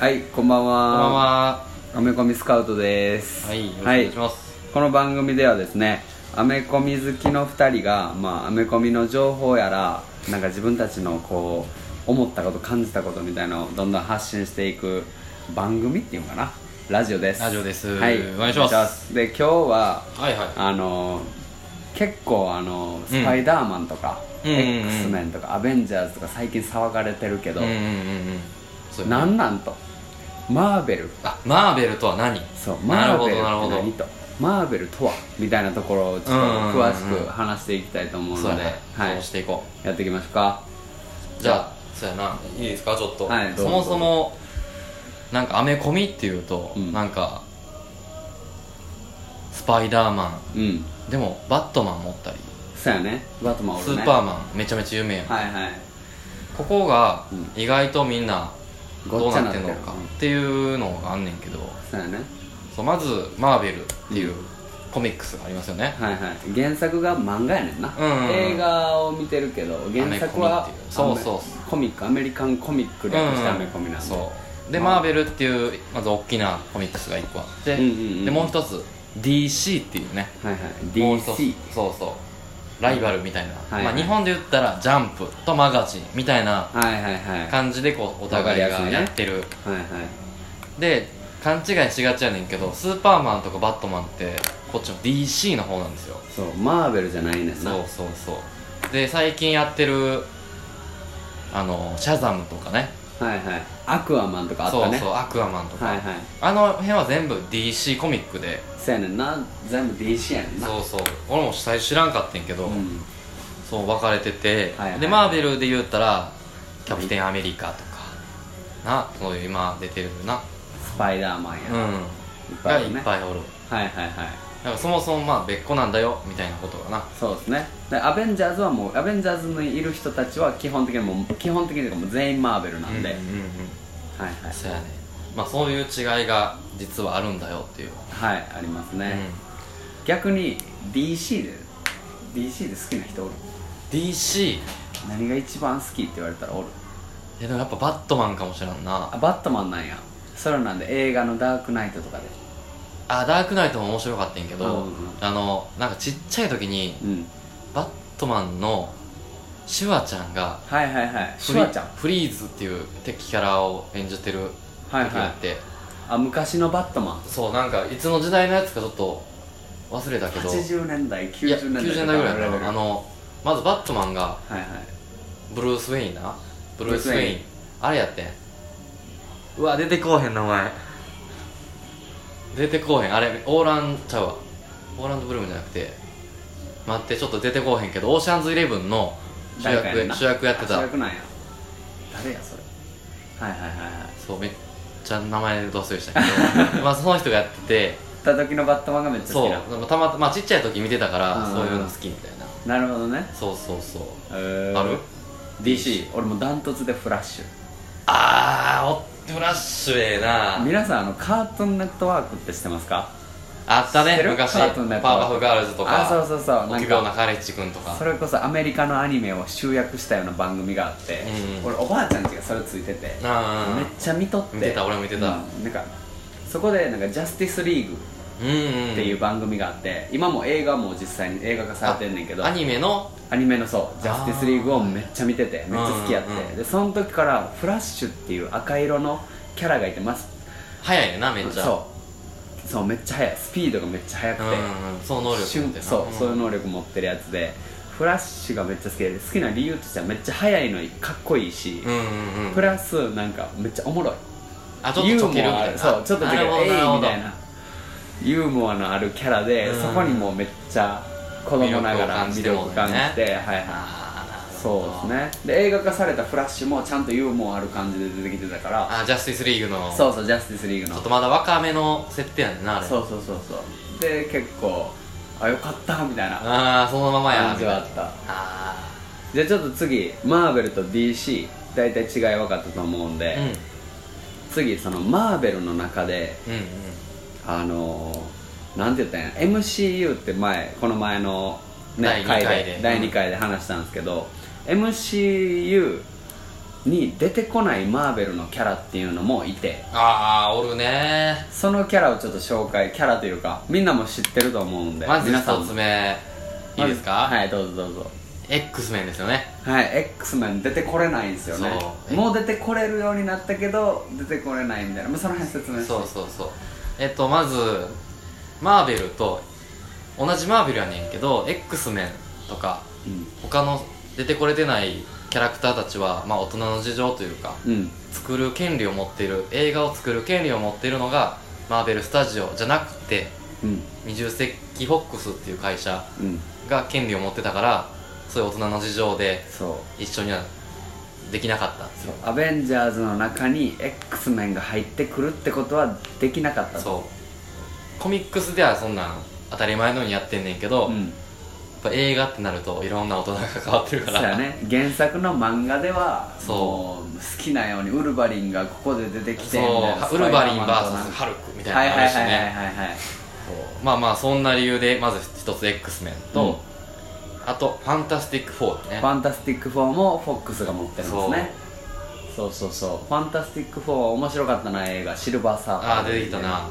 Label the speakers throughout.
Speaker 1: はい、こんばん
Speaker 2: こんばん
Speaker 1: は。
Speaker 2: は。
Speaker 1: アメコミスカウトです。
Speaker 2: はい、よろしくお願いします。
Speaker 1: この番組ではですね、アメコミ好きの2人が、まあ、アメコミの情報やら、なんか自分たちのこう、思ったこと、感じたことみたいなのをどんどん発信していく番組っていうのかな、ラジオです。
Speaker 2: ラジオです
Speaker 1: はい、
Speaker 2: お願いします
Speaker 1: お願すで、今日は、
Speaker 2: はい、はい、
Speaker 1: あの結構あのスパイダーマンとか、
Speaker 2: うんうんうんうん
Speaker 1: X メンとか、アベンジャーズとか最近騒がれてるけど、
Speaker 2: うん、うん、うん、うん。そうよ
Speaker 1: なんなんとマーベル
Speaker 2: あ、マーベルとは何。
Speaker 1: そう
Speaker 2: な
Speaker 1: マ
Speaker 2: る
Speaker 1: ー
Speaker 2: ほ
Speaker 1: ベル
Speaker 2: ど
Speaker 1: って
Speaker 2: なるほど
Speaker 1: 何とマーベルとはみたいなところをちょっと
Speaker 2: うんうんうんうん
Speaker 1: 詳しく話していきたいと思う
Speaker 2: そう
Speaker 1: ので、
Speaker 2: やね。
Speaker 1: は
Speaker 2: そう
Speaker 1: い、
Speaker 2: していこ
Speaker 1: やっていきましょうか
Speaker 2: う。じゃあ、そうやな、いいですか、ちょっと。
Speaker 1: はいどうぞ
Speaker 2: そもそも。なんかアメコミっていうと、
Speaker 1: うん
Speaker 2: なんか。スパイダーマ
Speaker 1: うん
Speaker 2: ン、でもバットマン持ったり、
Speaker 1: そうやねバトマンお
Speaker 2: ス
Speaker 1: るね
Speaker 2: ーパーマン、めちゃめちゃ有名やん。
Speaker 1: はいはい
Speaker 2: ここが
Speaker 1: うん
Speaker 2: 意外とみんな。ど
Speaker 1: ご
Speaker 2: う
Speaker 1: っちゃ
Speaker 2: な
Speaker 1: な
Speaker 2: っ
Speaker 1: ってて
Speaker 2: ん
Speaker 1: る
Speaker 2: のかっていうのがあんねんけど。
Speaker 1: そうやね
Speaker 2: そう、まずマーベルっていうコミックスがありますよね。
Speaker 1: はいはい原作が漫画やねんな、
Speaker 2: うんうんうん
Speaker 1: 映画を見てるけど原作は
Speaker 2: アメコミっていうそうそう
Speaker 1: アメコミックアメリカンコミック略したアメコミなんで、
Speaker 2: そうで、
Speaker 1: まあ
Speaker 2: マーベルっていうまず大きなコミックスが1個あって、
Speaker 1: うんうんうん
Speaker 2: でもう一つ DC っていうね
Speaker 1: はいはい
Speaker 2: もう一つ
Speaker 1: DC
Speaker 2: そうそうライバルみたいな、
Speaker 1: はい
Speaker 2: まあ、日本で言ったらジャンプとマガジンみたいな
Speaker 1: はいはいはいはい
Speaker 2: 感じでこうお互いが
Speaker 1: わかりやすいね
Speaker 2: やってる、
Speaker 1: はい
Speaker 2: で勘違いしがちやねんけどスーパーマンとかバットマンってこっちの DC の方なんですよ
Speaker 1: そうマーベルじゃないねんな
Speaker 2: そうそうそうで最近やってるあのシャザムとかね
Speaker 1: はいはいアクアマンとかあったね
Speaker 2: そうそうアクアマンとか、
Speaker 1: はいはい
Speaker 2: あの辺は全部 DC コミックで
Speaker 1: そうやねんな全部 DC やねんな
Speaker 2: そうそう俺も最初知らんかったんやけど、
Speaker 1: ん
Speaker 2: そう分かれてて、
Speaker 1: はいはい
Speaker 2: でマーベルで言ったらキャプテンアメリカとかなそういう今出てるな
Speaker 1: スパイダーマンや、
Speaker 2: う
Speaker 1: いっ
Speaker 2: ん
Speaker 1: ぱいあ
Speaker 2: が
Speaker 1: る
Speaker 2: い
Speaker 1: ね
Speaker 2: っ
Speaker 1: はい
Speaker 2: ぱいおる
Speaker 1: はいはい
Speaker 2: だからそもそもまあ別個なんだよみたいなことがな
Speaker 1: そうですねでアベンジャーズはもうアベンジャーズにいる人たちは基本的にもう基本的にというかもう全員マーベルなんで、
Speaker 2: うんうんうん
Speaker 1: はいはい
Speaker 2: そうやねまあそういう違いが実はあるんだよっていう、
Speaker 1: はいあります
Speaker 2: う
Speaker 1: ね、
Speaker 2: ん
Speaker 1: 逆に DC で DC で好きな人おる
Speaker 2: DC い
Speaker 1: 何が一番好きって言われたらおる
Speaker 2: やでもやっぱバットマンかもしれんな
Speaker 1: あバットマンなんやそれなんで映画の「ダークナイト」とかで
Speaker 2: あダークナイトも面白かったんやけど、
Speaker 1: うんうん
Speaker 2: あのなんかちっちゃい時に
Speaker 1: うん
Speaker 2: バットマンのシュワちゃんが
Speaker 1: はいはいはい
Speaker 2: フ
Speaker 1: シ
Speaker 2: リ
Speaker 1: ュワちゃん
Speaker 2: フリーズっていう敵キャラを演じてる
Speaker 1: はい
Speaker 2: 時があっ
Speaker 1: は
Speaker 2: て、
Speaker 1: いあ昔のバットマン
Speaker 2: そうなんかいつの時代のやつかちょっと忘れたけど
Speaker 1: 80年代
Speaker 2: いや
Speaker 1: 90年代
Speaker 2: 90年代ぐらいだ
Speaker 1: は
Speaker 2: あのまずバットマンが
Speaker 1: はいはい
Speaker 2: ブルース・ウェインなブルース・
Speaker 1: ブ
Speaker 2: ウ
Speaker 1: ルースウ
Speaker 2: ェ
Speaker 1: ェ
Speaker 2: イ
Speaker 1: イ
Speaker 2: ンあれやってんうわ出てこうへん名前出てこうへんあれオーランちゃうわオーランド・ブルームじゃなくて待ってちょっと出てこうへんけどオーシャンズイレブンの主
Speaker 1: 誰かやん
Speaker 2: 役
Speaker 1: な
Speaker 2: 主役やって
Speaker 1: あ
Speaker 2: た
Speaker 1: 主役なんや誰やそれはいはいはいはい
Speaker 2: そうめっちゃ名前どうせでしたけど まあその人がやってて
Speaker 1: 行った時のバットマンがめっちゃ
Speaker 2: そ
Speaker 1: 好
Speaker 2: う
Speaker 1: き
Speaker 2: たまたま、まあ、ちっちゃい時見てたから
Speaker 1: うん
Speaker 2: そういうの好きみたいな
Speaker 1: ななるほどね
Speaker 2: そうそうそう
Speaker 1: えー
Speaker 2: ある
Speaker 1: DC 俺もダントツでフラッシュ
Speaker 2: あーおフラッシュええな
Speaker 1: 皆さんあのカートゥンネットワークって知ってますか
Speaker 2: あった
Speaker 1: 知っ
Speaker 2: ね
Speaker 1: てる
Speaker 2: 昔
Speaker 1: カ
Speaker 2: パ
Speaker 1: ートゥンネ
Speaker 2: ー
Speaker 1: ットワーク
Speaker 2: パフガールズとか
Speaker 1: あそうそうそうなんか
Speaker 2: 臆病なカレッジ君とか
Speaker 1: それこそアメリカのアニメを集約したような番組があって、
Speaker 2: うん
Speaker 1: 俺おばあちゃんちがそれついててめっ
Speaker 2: あー
Speaker 1: ちゃ見とって
Speaker 2: 見てた俺も見てた
Speaker 1: うんなんかそこでなんかジャスティスリーグ
Speaker 2: うんうん
Speaker 1: っていう番組があって、今も映画も実際に映画化されてんねんけど
Speaker 2: アニメの
Speaker 1: アニメのそうジャスティスリーグをめっちゃ見ててめっちゃ好きやって、
Speaker 2: うんうんうん
Speaker 1: でその時からフラッシュっていう赤色のキャラがいてます
Speaker 2: 早いねんなめっちゃ
Speaker 1: そうそうめっちゃ速いスピードがめっちゃ速く
Speaker 2: う
Speaker 1: て、
Speaker 2: んうんうんその能力持って
Speaker 1: 瞬
Speaker 2: な
Speaker 1: そう、
Speaker 2: ん
Speaker 1: そういう能力持ってるやつでフラッシュがめっちゃ好きで好きな理由としてはめっちゃ速いのにかっこいいし、
Speaker 2: うんうんうん
Speaker 1: プラスなんかめっちゃおもろい
Speaker 2: あちょっとちょけるみたいな
Speaker 1: そうちょっとちょける
Speaker 2: なほど
Speaker 1: え
Speaker 2: なほ
Speaker 1: い
Speaker 2: ど
Speaker 1: みたいなユーモアのあるキャラで、
Speaker 2: うん
Speaker 1: そこにもうめっちゃ子供ながら魅力
Speaker 2: 魅力を
Speaker 1: 感
Speaker 2: 感
Speaker 1: じ
Speaker 2: じ
Speaker 1: てはいは
Speaker 2: て
Speaker 1: い
Speaker 2: あーなるほど
Speaker 1: そうですねで映画化されたフラッシュもちゃんとユーモアある感じで出てきてたから
Speaker 2: あジャスティスリーグの
Speaker 1: そうそうジャスティスリーグの
Speaker 2: ちょっとまだ若めの設定やねんなあれ
Speaker 1: そうそうそうそうで結構あよかったみたいな
Speaker 2: ああそのままや
Speaker 1: 感
Speaker 2: み
Speaker 1: じ
Speaker 2: た
Speaker 1: はいあ
Speaker 2: な
Speaker 1: った
Speaker 2: あ
Speaker 1: じゃあちょっと次マーベルと DC 大体違い分かったと思うんで、
Speaker 2: ー
Speaker 1: 次そのマーベルの中で
Speaker 2: うんうん
Speaker 1: あのー、なんて言ったんや MCU って前この前の、ね、
Speaker 2: 第二回で
Speaker 1: 第2回で話したんですけど、MCU
Speaker 2: う
Speaker 1: に出てこないマーベルのキャラっていうのもいて
Speaker 2: ああおるね
Speaker 1: そのキャラをちょっと紹介キャラというかみんなも知ってると思うんで
Speaker 2: まず
Speaker 1: 皆さん
Speaker 2: 一つ目いいですか、
Speaker 1: まずはいどうぞどうぞ
Speaker 2: X メンですよね
Speaker 1: はい X メン出てこれないんですよね
Speaker 2: そう
Speaker 1: もう出てこれるようになったけど出てこれないみたいなもうその辺説明して
Speaker 2: そうそうそうえっとまずマーベルと同じマーベルやねんけど X メンとか
Speaker 1: うん
Speaker 2: 他の出てこれてないキャラクターたちは、まあ、大人の事情というか
Speaker 1: うん
Speaker 2: 作る権利を持っている映画を作る権利を持っているのがマーベル・スタジオじゃなくて
Speaker 1: うん
Speaker 2: 二重世紀フォックスっていう会社
Speaker 1: うん
Speaker 2: が権利を持ってたからそういう大人の事情で
Speaker 1: そう
Speaker 2: 一緒にはできなかったんですよ
Speaker 1: アベンジャーズの中に X メンが入ってくるってことはできなかった
Speaker 2: そうコミックスではそんなん当たり前のようにやってんねんけど、
Speaker 1: う
Speaker 2: やっ
Speaker 1: ん
Speaker 2: ぱ映画ってなるといろんな大人が関わってるか
Speaker 1: そう
Speaker 2: ら
Speaker 1: やね原作の漫画では
Speaker 2: そう
Speaker 1: もう好きなようにウルヴァリンがここで出てきて
Speaker 2: そう
Speaker 1: みたいな
Speaker 2: ウルヴァリン
Speaker 1: スパイダーマとなん
Speaker 2: VS
Speaker 1: か
Speaker 2: ハルクみたい
Speaker 1: はい
Speaker 2: なのあ
Speaker 1: はい
Speaker 2: るし
Speaker 1: はいはい
Speaker 2: ね
Speaker 1: はいはい
Speaker 2: そうまあまあそんな理由でまず一つ X メンと、あと「ファンタスティック4」ね
Speaker 1: ファンタスティック4もフォックスが持ってるんです
Speaker 2: そう
Speaker 1: ねそうそうそうファンタスティック4は面白かったな映画シルバーサーファ
Speaker 2: ああ
Speaker 1: ー
Speaker 2: 出てきたな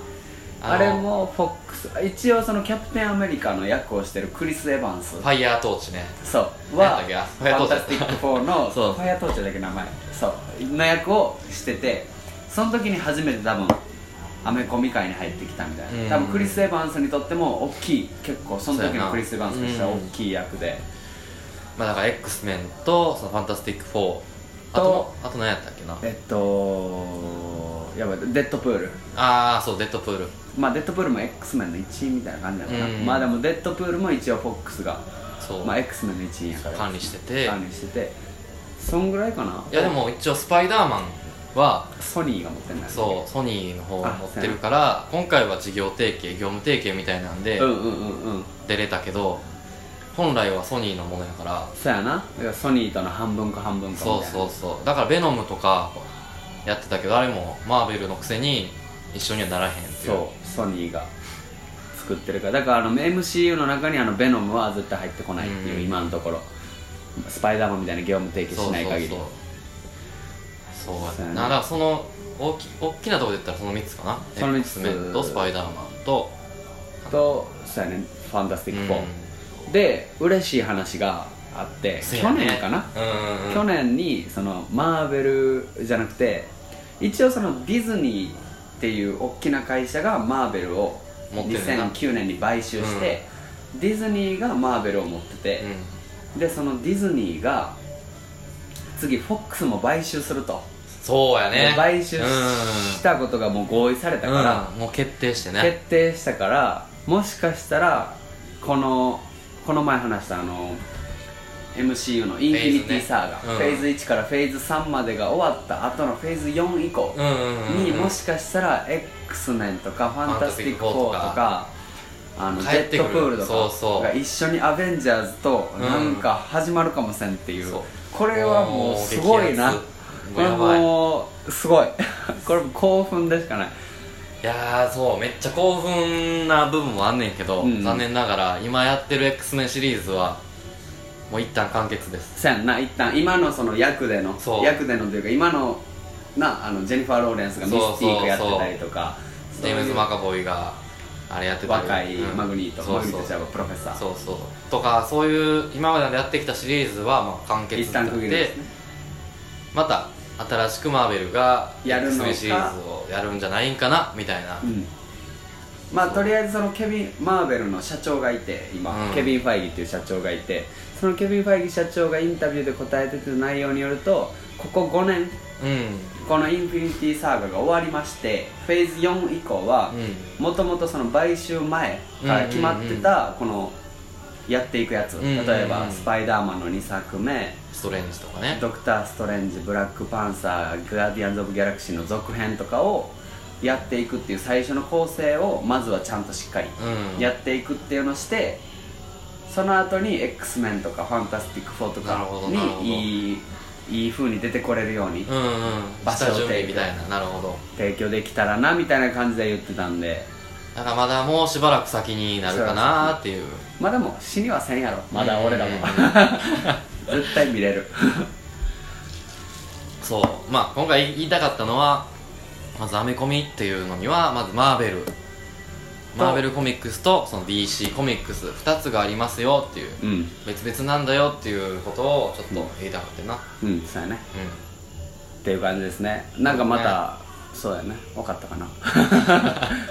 Speaker 1: あ
Speaker 2: の
Speaker 1: れもフォックス一応そのキャプテンアメリカの役をしてるクリス・エヴァンス
Speaker 2: ファイヤートーチね
Speaker 1: そう
Speaker 2: なん
Speaker 1: は
Speaker 2: だっけあ
Speaker 1: フ
Speaker 2: フ
Speaker 1: ァ
Speaker 2: ァイアト
Speaker 1: ン
Speaker 2: ーチ
Speaker 1: タスティック4の
Speaker 2: そう
Speaker 1: ファイアトーチだっけ名前そうの役をしててその時に初めて多分アメコミ界に入ってきたみたい
Speaker 2: うん
Speaker 1: な多分クリス・エヴァンスにとっても大きい結構その
Speaker 2: そう
Speaker 1: 時
Speaker 2: や
Speaker 1: の
Speaker 2: な
Speaker 1: クリス・エヴァンスにしては大きい役で
Speaker 2: まあだから X メンとその「ファンタスティック4」あとあと何やったっけな
Speaker 1: えっとやばいデッドプール
Speaker 2: ああそうデッドプール
Speaker 1: まあデッドプールも X メンの一員みたいな感じなのかな
Speaker 2: うん
Speaker 1: まあでもデッドプールも一応フォックスが
Speaker 2: そう、
Speaker 1: まあ X メンの一員やから
Speaker 2: 管理してて
Speaker 1: 管理しててそんぐらいかない
Speaker 2: やでも一応スパイダーマンは
Speaker 1: ソニーが持ってんだよね
Speaker 2: そうソニーの方を
Speaker 1: あ
Speaker 2: 持ってるから今回は事業提携業務提携みたいなんで
Speaker 1: うんうんうんうん
Speaker 2: 出れたけど本来はソニーのものやから
Speaker 1: そうやなだからソニーとの半分か半分かみたい
Speaker 2: そう
Speaker 1: な
Speaker 2: そうそうだからベノムとかやってたけどあれもマーベルのくせに一緒にはならへんっていう
Speaker 1: そうソニーが作ってるからだからあの MCU の中にあのベノムは絶対入ってこないっていう
Speaker 2: うん
Speaker 1: 今のところスパイダーマンみたいな業務提携しない限り
Speaker 2: そうそう
Speaker 1: そう
Speaker 2: そうそう
Speaker 1: や
Speaker 2: や
Speaker 1: な
Speaker 2: なだからその大き大きなとこで言ったらその3つかな
Speaker 1: その三つ
Speaker 2: X メンとスパイダーマンと
Speaker 1: とそうやねファンタスティック4、で嬉しい話があって
Speaker 2: そうや
Speaker 1: 去
Speaker 2: ね
Speaker 1: 年かな、
Speaker 2: うんうんうん
Speaker 1: 去年にそのマーベルじゃなくて一応そのディズニーっていう大きな会社がマーベルを
Speaker 2: 持ってんねんな
Speaker 1: 2009年に買収して、ディズニーがマーベルを持ってて、
Speaker 2: うん
Speaker 1: でそのディズニーが次フォックスも買収すると、
Speaker 2: そうやね
Speaker 1: で買収し
Speaker 2: うん
Speaker 1: したことがもう合意されたか
Speaker 2: うんもう決定して
Speaker 1: ら、
Speaker 2: ね
Speaker 1: 決定したからもしかしたらこのこの前話したあの MCU のインフィニティサーが
Speaker 2: フェーズねうん
Speaker 1: フェーズ1からフェーズ3までが終わった後のフェーズ4以降
Speaker 2: うんうんうん
Speaker 1: にもしかしたら X メンとかファンタスティック4と
Speaker 2: ファンタスティックフォーと
Speaker 1: かあのジ
Speaker 2: 帰
Speaker 1: ェ
Speaker 2: っ
Speaker 1: ッ
Speaker 2: て
Speaker 1: ト
Speaker 2: くる
Speaker 1: プールとか
Speaker 2: そうそう
Speaker 1: が一緒にアベンジャーズとなんか始まるかもしれんっていう,、
Speaker 2: そう
Speaker 1: これはもうすごいな
Speaker 2: もう
Speaker 1: これ
Speaker 2: やばい
Speaker 1: もうすごい これも興奮でしかない
Speaker 2: いやーそうめっちゃ興奮な部分もあんねんけど、
Speaker 1: うん
Speaker 2: 残念ながら今やってる X メンシリーズはもう一旦完結です
Speaker 1: せやんな一旦今のその役での
Speaker 2: そう
Speaker 1: 役でのというか今のなあのジェニファー・ローレンスがミスティークやってたりとか
Speaker 2: ス
Speaker 1: そう
Speaker 2: テ
Speaker 1: い
Speaker 2: イ
Speaker 1: う
Speaker 2: ムズ・マカボーイがあれやってたり
Speaker 1: 若いマグニート、
Speaker 2: そう
Speaker 1: マグニ
Speaker 2: そ
Speaker 1: ー
Speaker 2: う
Speaker 1: トちゃうわプロフェッサー
Speaker 2: そうそうとかそういう今までやってきたシリーズはまあ完結
Speaker 1: 一
Speaker 2: になっ
Speaker 1: 旦
Speaker 2: て
Speaker 1: 区切りですね
Speaker 2: また新しくマーベルが
Speaker 1: やるのか
Speaker 2: X メンシリーズをやるんじゃないんかなみたいな、
Speaker 1: うんまあとりあえずそのケビンマーベルの社長がいて今、
Speaker 2: うん
Speaker 1: ケビン・ファイギーっていう社長がいてそのケビン・ファイギー社長がインタビューで答えてた内容によるとここ5年
Speaker 2: うん
Speaker 1: このインフィニティサーガが終わりましてフェーズ4以降はもともとその買収前から決まってたこのやっていくやつ
Speaker 2: うんうんうん
Speaker 1: 例えば「スパイダーマン」の2作目
Speaker 2: ストレンジとか
Speaker 1: 「
Speaker 2: ね
Speaker 1: ドクター・ストレンジ」「ブラック・パンサー」「ガーディアンズ・オブ・ギャラクシー」の続編とかをやっていくっていう最初の構成をまずはちゃんとしっかり
Speaker 2: うん
Speaker 1: やっていくっていうのをしてその後に X メンとか「ファンタスティック4」と
Speaker 2: なるほ
Speaker 1: か
Speaker 2: どなるほど
Speaker 1: にいいいい風に出てこれるように
Speaker 2: うんうん
Speaker 1: 場所
Speaker 2: 下
Speaker 1: 提
Speaker 2: 準備
Speaker 1: 供
Speaker 2: みたいななるほど
Speaker 1: 提供できたらなみたいな感じで言ってたんで
Speaker 2: だからまだもうしばらく先になるかなーっていう
Speaker 1: まあでも死にはせん やろまだ俺らも
Speaker 2: うん
Speaker 1: 絶対見れる
Speaker 2: そうまあ今回言いたかったのはまずアメコミっていうのにはまずマーベルマーベルコミックスとその DC コミックス2つがありますよっていう
Speaker 1: うん
Speaker 2: 別々なんだよっていうことをちょっと言いたかったなうん
Speaker 1: うんそうやねっていう感じですねなんかまたそうやね分か ったかな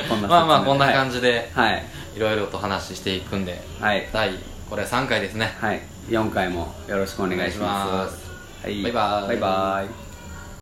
Speaker 1: こんな
Speaker 2: まあまあこんな感
Speaker 1: じ
Speaker 2: じで
Speaker 1: はい
Speaker 2: いろいろと話していくんで
Speaker 1: はい
Speaker 2: 第これ3回ですね
Speaker 1: はい4回もよろしくお願いします
Speaker 2: お願いします
Speaker 1: はい
Speaker 2: バイバイ
Speaker 1: バイバイ